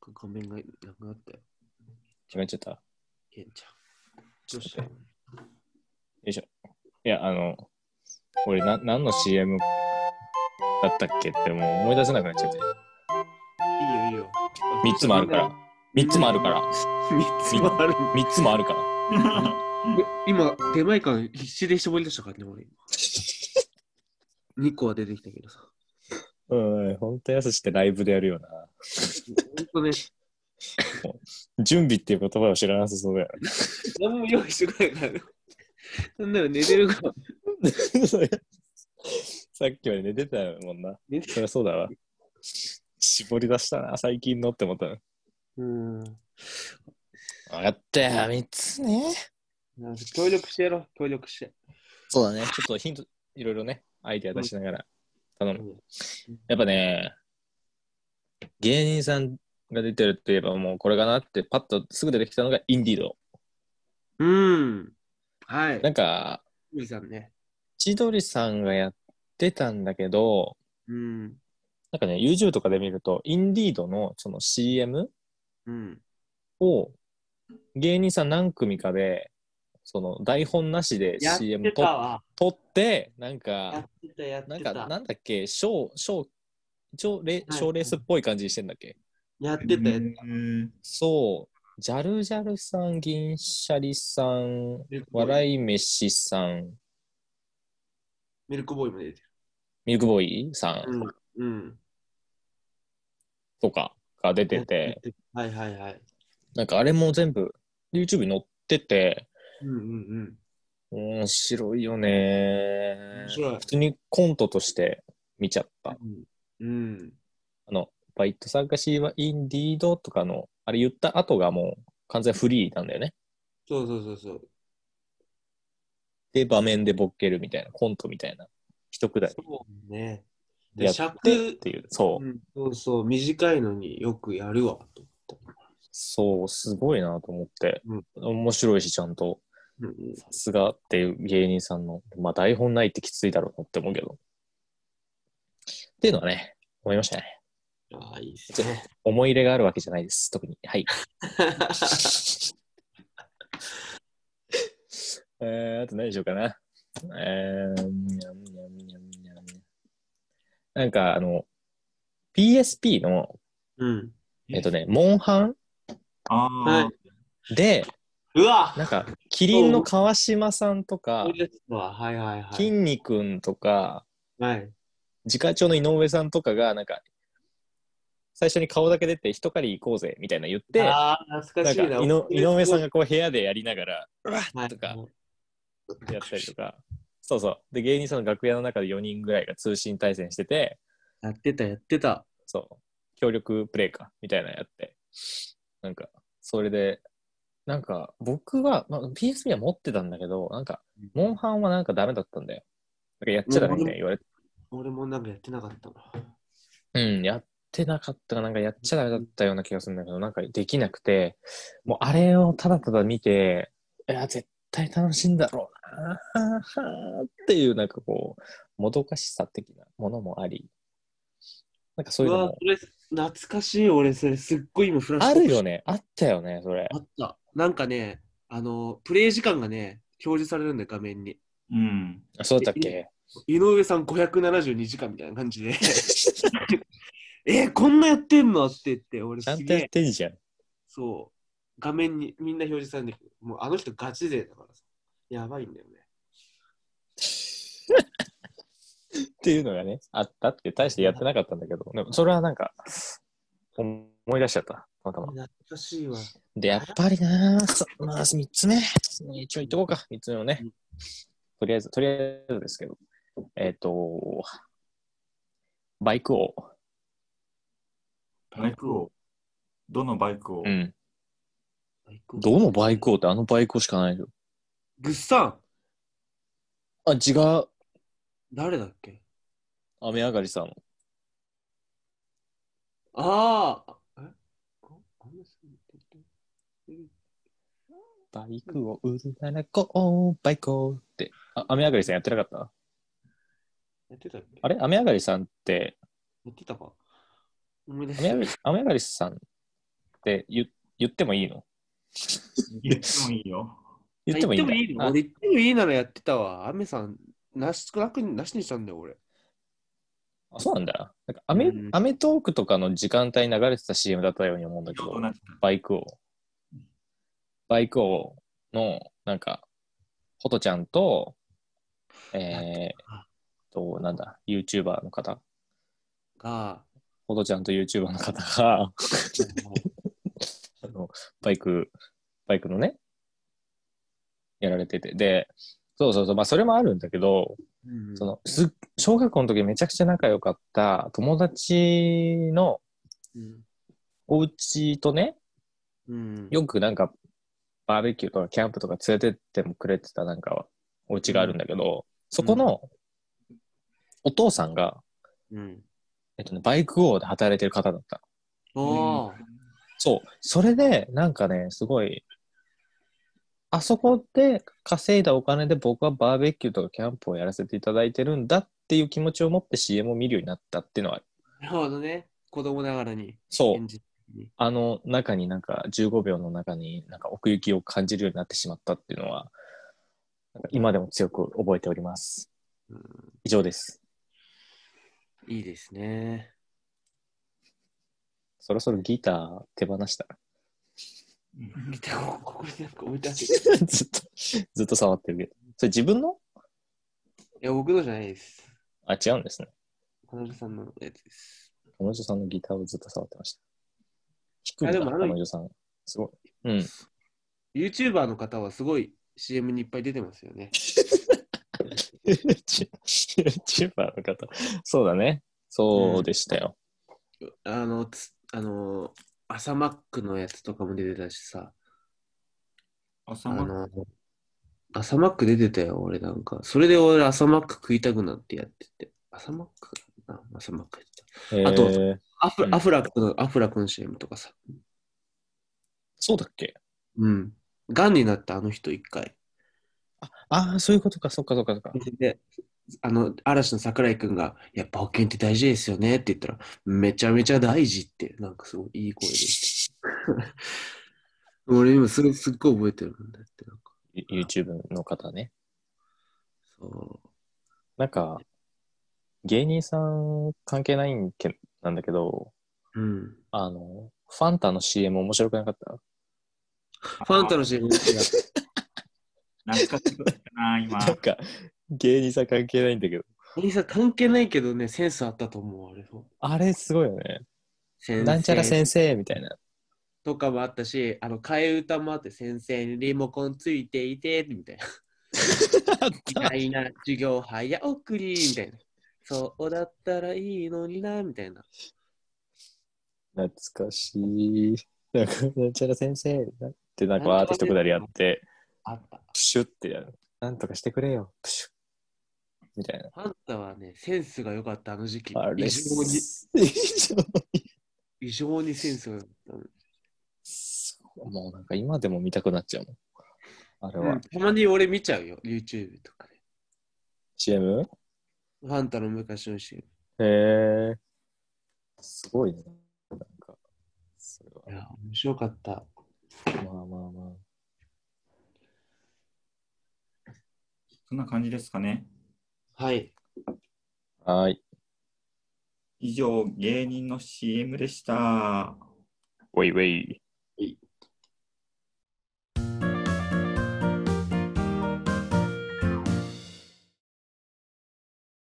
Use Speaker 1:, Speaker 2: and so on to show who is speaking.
Speaker 1: く画面がなくなったよ。
Speaker 2: 決まっちゃった。よ
Speaker 1: ケンちゃん。どうしたの
Speaker 2: いしょ。いや、あの、俺な、何の CM だったっけってもう思い出せなくなっちゃって。
Speaker 1: いいよいいよ。
Speaker 2: 3つもあるから。。3つもあるから。
Speaker 1: 3つもある。
Speaker 2: 3つもあるから。
Speaker 1: 今、出前感必死で絞り出したからね、俺今。2個は出てきたけどさ。
Speaker 2: うん、ほんとやすしってライブでやるよな。
Speaker 1: ほんとね、
Speaker 2: 準備っていう言葉を知らなさそうだよね。
Speaker 1: 何も用意してくれないからね。なんなら寝てるから。
Speaker 2: さっきまで寝てたもんな。
Speaker 1: 寝て
Speaker 2: そりゃそうだわ。絞り出したな、最近のって思ったの。
Speaker 1: うん。
Speaker 2: 分かったよ、3つね。
Speaker 1: なんか協力してやろう、協力して。
Speaker 2: そうだね。ちょっとヒント、いろいろね、アイデア出しながら頼む。やっぱね、芸人さんが出てるといえばもうこれかなって、パッとすぐ出てきたのがインディード。
Speaker 1: うん。はい。
Speaker 2: なんか、
Speaker 1: ゆりさんね。
Speaker 2: 千鳥さんがやってたんだけど、
Speaker 1: うん。
Speaker 2: なんかね、YouTube とかで見ると、インディードのその CM
Speaker 1: うん。
Speaker 2: を芸人さん何組かで、その台本なしで CM と
Speaker 1: わ。
Speaker 2: 撮って、なん
Speaker 1: や
Speaker 2: か
Speaker 1: っ、てた、やっ
Speaker 2: なん
Speaker 1: て
Speaker 2: か、
Speaker 1: た。
Speaker 2: なんだっけ、賞、賞、賞レ
Speaker 1: はい
Speaker 2: 賞レースっぽい感じにしてんだっけ。
Speaker 1: やってた、やってた。
Speaker 3: うん
Speaker 2: そう、ジャルジャルさん、銀シャリさん、
Speaker 1: ミルクボーイ
Speaker 2: 笑い飯さん、
Speaker 1: ミルクボーイも出て
Speaker 2: ミルクボーイさん
Speaker 1: る。うん。うん。
Speaker 2: とかが出てて、。
Speaker 1: はいはいはい。
Speaker 2: なんかあれも全部 YouTube に載ってて、
Speaker 1: うんうん
Speaker 2: 面白いよね
Speaker 1: 面白い
Speaker 2: 普通にコントとして見ちゃった。
Speaker 1: うん。うん。
Speaker 2: あの、バイト探しはインディードとかの、あれ言った後がもう完全フリーなんだよね。
Speaker 1: そうそうそうそう。
Speaker 2: で、場面でボッケるみたいな、コントみたいな、一くだり
Speaker 1: そうね。
Speaker 2: で
Speaker 1: で、
Speaker 2: やってっ
Speaker 1: 尺、
Speaker 2: ていう。そうう、
Speaker 1: ん、そうそう、短いのによくやるわ、と思った。
Speaker 2: そう、すごいなと思って
Speaker 1: うん、
Speaker 2: 面白いし、ちゃんと、
Speaker 1: うん
Speaker 2: さすがっていう芸人さんの、まあ台本ないってきついだろうなって思うけど。っていうのはね、思いましたね。
Speaker 1: うん。ああ、いいっすね。
Speaker 2: 思い入れがあるわけじゃないです、特に。 はい。えー、あと何でしょうかな。えー、にゃんにゃんにゃんにゃんにゃんなんか、あの、PSP の、
Speaker 1: うん。
Speaker 2: えっとね、モンハン
Speaker 3: ああ、
Speaker 1: はい。
Speaker 2: で、
Speaker 1: うわ
Speaker 2: なんか、キリンの川島さんとか
Speaker 1: 思い、出したわはいはいは
Speaker 2: 筋
Speaker 1: い。
Speaker 2: 肉んとか、
Speaker 1: はい。
Speaker 2: 自家長の井上さんとかが、なんか、最初に顔だけ出て、一狩り行こうぜ、みたいな言って、な
Speaker 1: ああ、懐か
Speaker 2: ん
Speaker 1: しいな。
Speaker 2: か井の井上さん
Speaker 1: が、
Speaker 2: がこう部屋でやりながら、うわ
Speaker 1: は
Speaker 2: っ
Speaker 1: い、
Speaker 2: とか、やったりとか。そうそう。で、芸人さんの楽屋の中で4人ぐらいが通信対戦してて、
Speaker 1: やってた、やってた。
Speaker 2: そう、協力プレイか、みたいなのやって。なんか、それで、なんか、僕は、まあ、PSP は持ってたんだけど、なんか、モンハンはなんかダメだったんだよ。なんかやっちゃダメみたいな言われて、
Speaker 1: 俺もなんかやってなかったな。
Speaker 2: うん、やってなかったかなんかやっちゃダメだったような気がするんだけど、なんかできなくて、もうあれをただただ見て、いや、絶対楽しいんだろうなあっていう、なんかこう、もどかしさ的なものもあり、なんかそうういうの
Speaker 1: わ
Speaker 2: も、
Speaker 1: それ、懐かしい。俺、それ、すっごい今フラッシュ
Speaker 2: あるよね、あったよね、それ。
Speaker 1: あった。なんかね、あの、プレイ時間がね、表示されるんだよ、画面に。
Speaker 3: うん。
Speaker 2: あそうだったっけ
Speaker 1: 井上さん572時間みたいな感じ で。えこんなやってんのって言って、俺
Speaker 2: ちゃ
Speaker 1: す
Speaker 2: んと
Speaker 1: げ
Speaker 2: やっ
Speaker 1: え、
Speaker 2: てんじゃん。
Speaker 1: そう、画面にみんな表示されるんだけど、もうあの人ガチ勢だからさ、やばいんだよね。
Speaker 2: っていうのがね、あったって、大してやってなかったんだけど、でもそれはなんか、思い出しちゃった、たまたま。
Speaker 1: 懐かしいわ。
Speaker 2: で、やっぱりなぁ、そまあ、3つ目。一応言っとこうか、3つ目をね
Speaker 1: うん。
Speaker 2: とりあえず、とりあえずですけど。えっ、と、バイク王。
Speaker 3: バイクを、どのバイクを、
Speaker 2: ん。
Speaker 1: 最高
Speaker 2: どのバイク王ってあのバイク王しかないよ。
Speaker 1: ぐっさん
Speaker 2: あ、違う。
Speaker 1: 誰だっけ
Speaker 2: 雨上がりさん。
Speaker 1: ああえああんなすぐ出てる
Speaker 2: バイクを売るならこう、バイク王って。あ、雨上がりさんやってなかった
Speaker 1: やってたっけ
Speaker 2: あれ雨上がりさんって、
Speaker 1: やってたか思い出した
Speaker 2: 雨上がり雨上がりさんって言言ってもいいの
Speaker 3: 言ってもいいよ。
Speaker 2: 言ってもいいん
Speaker 1: の
Speaker 2: だあ
Speaker 1: 俺言ってもいいならやってたわ。アメさん、なし少なくなしにしたんだよ、俺。
Speaker 2: あそうなんだ。なんかアメ、
Speaker 1: うん
Speaker 2: アメトークとかの時間帯に流れてた CM だったように思うんだけ
Speaker 3: 色
Speaker 2: ど
Speaker 3: と、なっち
Speaker 2: バイク王。バイク王の、なんか、ホトちゃんと、え
Speaker 1: あ
Speaker 2: ー、と、なんだ、YouTuber の方、
Speaker 1: が、
Speaker 2: ホトちゃんと YouTuber の方が、
Speaker 1: も
Speaker 2: あのバイク、バイクのね、やられてて。で、そうそうそう、まあそれもあるんだけど、
Speaker 1: ううん
Speaker 2: そのす小学校の時めちゃくちゃ仲良かった友達の
Speaker 1: うん
Speaker 2: お家とね、
Speaker 1: うん
Speaker 2: よくなんかバーベキューとかキャンプとか連れてってもくれてたなんかお家があるんだけど、そこのお父さんが、
Speaker 1: うん。
Speaker 2: えっとね、バイク王で働いてる方だったの。
Speaker 1: ああ、
Speaker 2: そう。それで、なんかね、すごい、あそこで稼いだお金で僕はバーベキューとかキャンプをやらせていただいてるんだっていう気持ちを持って CM を見るようになったっていうのは、
Speaker 1: なるほどね。子供ながらに
Speaker 2: そう。
Speaker 1: 演じ
Speaker 2: あの中になんか15秒の中になんか奥行きを感じるようになってしまったっていうのはなんか今でも強く覚えております。
Speaker 1: うん
Speaker 2: 以上です。
Speaker 1: いいですね。
Speaker 2: そろそろギター手放した。
Speaker 1: ギターをここになんか置いてあって。い
Speaker 2: ずっと、ずっと触ってるけど。それ自分の
Speaker 1: や、僕のじゃないです。
Speaker 2: あ、違うんですね。
Speaker 1: 彼女さんのやつです。
Speaker 2: 彼女さんのギターをずっと触ってました。弾
Speaker 1: あで
Speaker 2: くん
Speaker 1: も
Speaker 2: だ、
Speaker 1: あの
Speaker 2: 彼女さん。すごい。うん。
Speaker 1: YouTuber の方はすごい CM にいっぱい出てますよね。
Speaker 2: YouTuber の方。そうだね。そうでしたよ。
Speaker 1: あの、つあの、朝マックのやつとかも出てたしさ。
Speaker 3: 朝
Speaker 1: あ
Speaker 3: ま
Speaker 1: の、朝マック出てたよ、俺なんか。それで俺朝マック食いたくなってやってて。朝マックあ朝マックやってた。あと
Speaker 2: えー
Speaker 1: アフ,、
Speaker 2: うん
Speaker 1: アフラ君、アフラ君 CM とかさ。
Speaker 2: そうだっけ
Speaker 1: うん。癌になったあの人一回。
Speaker 2: ああ、そういうことか、そっかそっかそっか。
Speaker 1: で、あの、嵐の桜井くんが、いや、保険って大事ですよねって言ったら、めちゃめちゃ大事って、なんかすごいいい 声で言って。俺今すすっごい覚えてるんだって、なんか。
Speaker 2: YouTube の方ね。
Speaker 1: そ
Speaker 2: なんか、芸人さん関係ないんけなんだけど、
Speaker 1: う。うん。
Speaker 2: あの、ファンタの CM 面白くなかった
Speaker 1: ファンタの CM だったら
Speaker 3: 懐かしくな、今。
Speaker 2: なんか、芸人さん関係ないんだけど。
Speaker 1: お兄さん関係ないけどね、センスあったと思う、あれも。
Speaker 2: あれすごいよね。
Speaker 1: 先
Speaker 2: なんちゃら先生みたいな。
Speaker 1: とかもあったし、あの、替え歌もあって、先生にリモコンついていて、み たいな。
Speaker 2: あっ
Speaker 1: みたいな、授業早送り、みたいな。そうだったらいいのにな、みたいな。
Speaker 2: た懐かしい。なんか、なんちゃら先生ってなんかわーって一くだりあって、
Speaker 1: あった。
Speaker 2: プシュってやる。なんとかしてくれよ、プシュ。みたいな。
Speaker 1: ファンタはね、センスが良かった、あの時期。
Speaker 2: あれ、
Speaker 1: 異常に、
Speaker 2: す異常に
Speaker 1: 異常にセンスが良かった。
Speaker 2: すごいもうなんか今でも見たくなっちゃうもん。あれは、
Speaker 1: うんたまに俺見ちゃうよ、YouTube とかで。
Speaker 2: CM?
Speaker 1: ファンタの昔の CM。
Speaker 2: へえ。すごいね。なんか、それ
Speaker 1: い
Speaker 2: は。
Speaker 1: や、面白かった。
Speaker 2: まあまあまあ。
Speaker 3: そんな感じですかね。
Speaker 1: はい。
Speaker 2: はーい。
Speaker 3: 以上、芸人の CM でした。
Speaker 2: ウェイウェイ。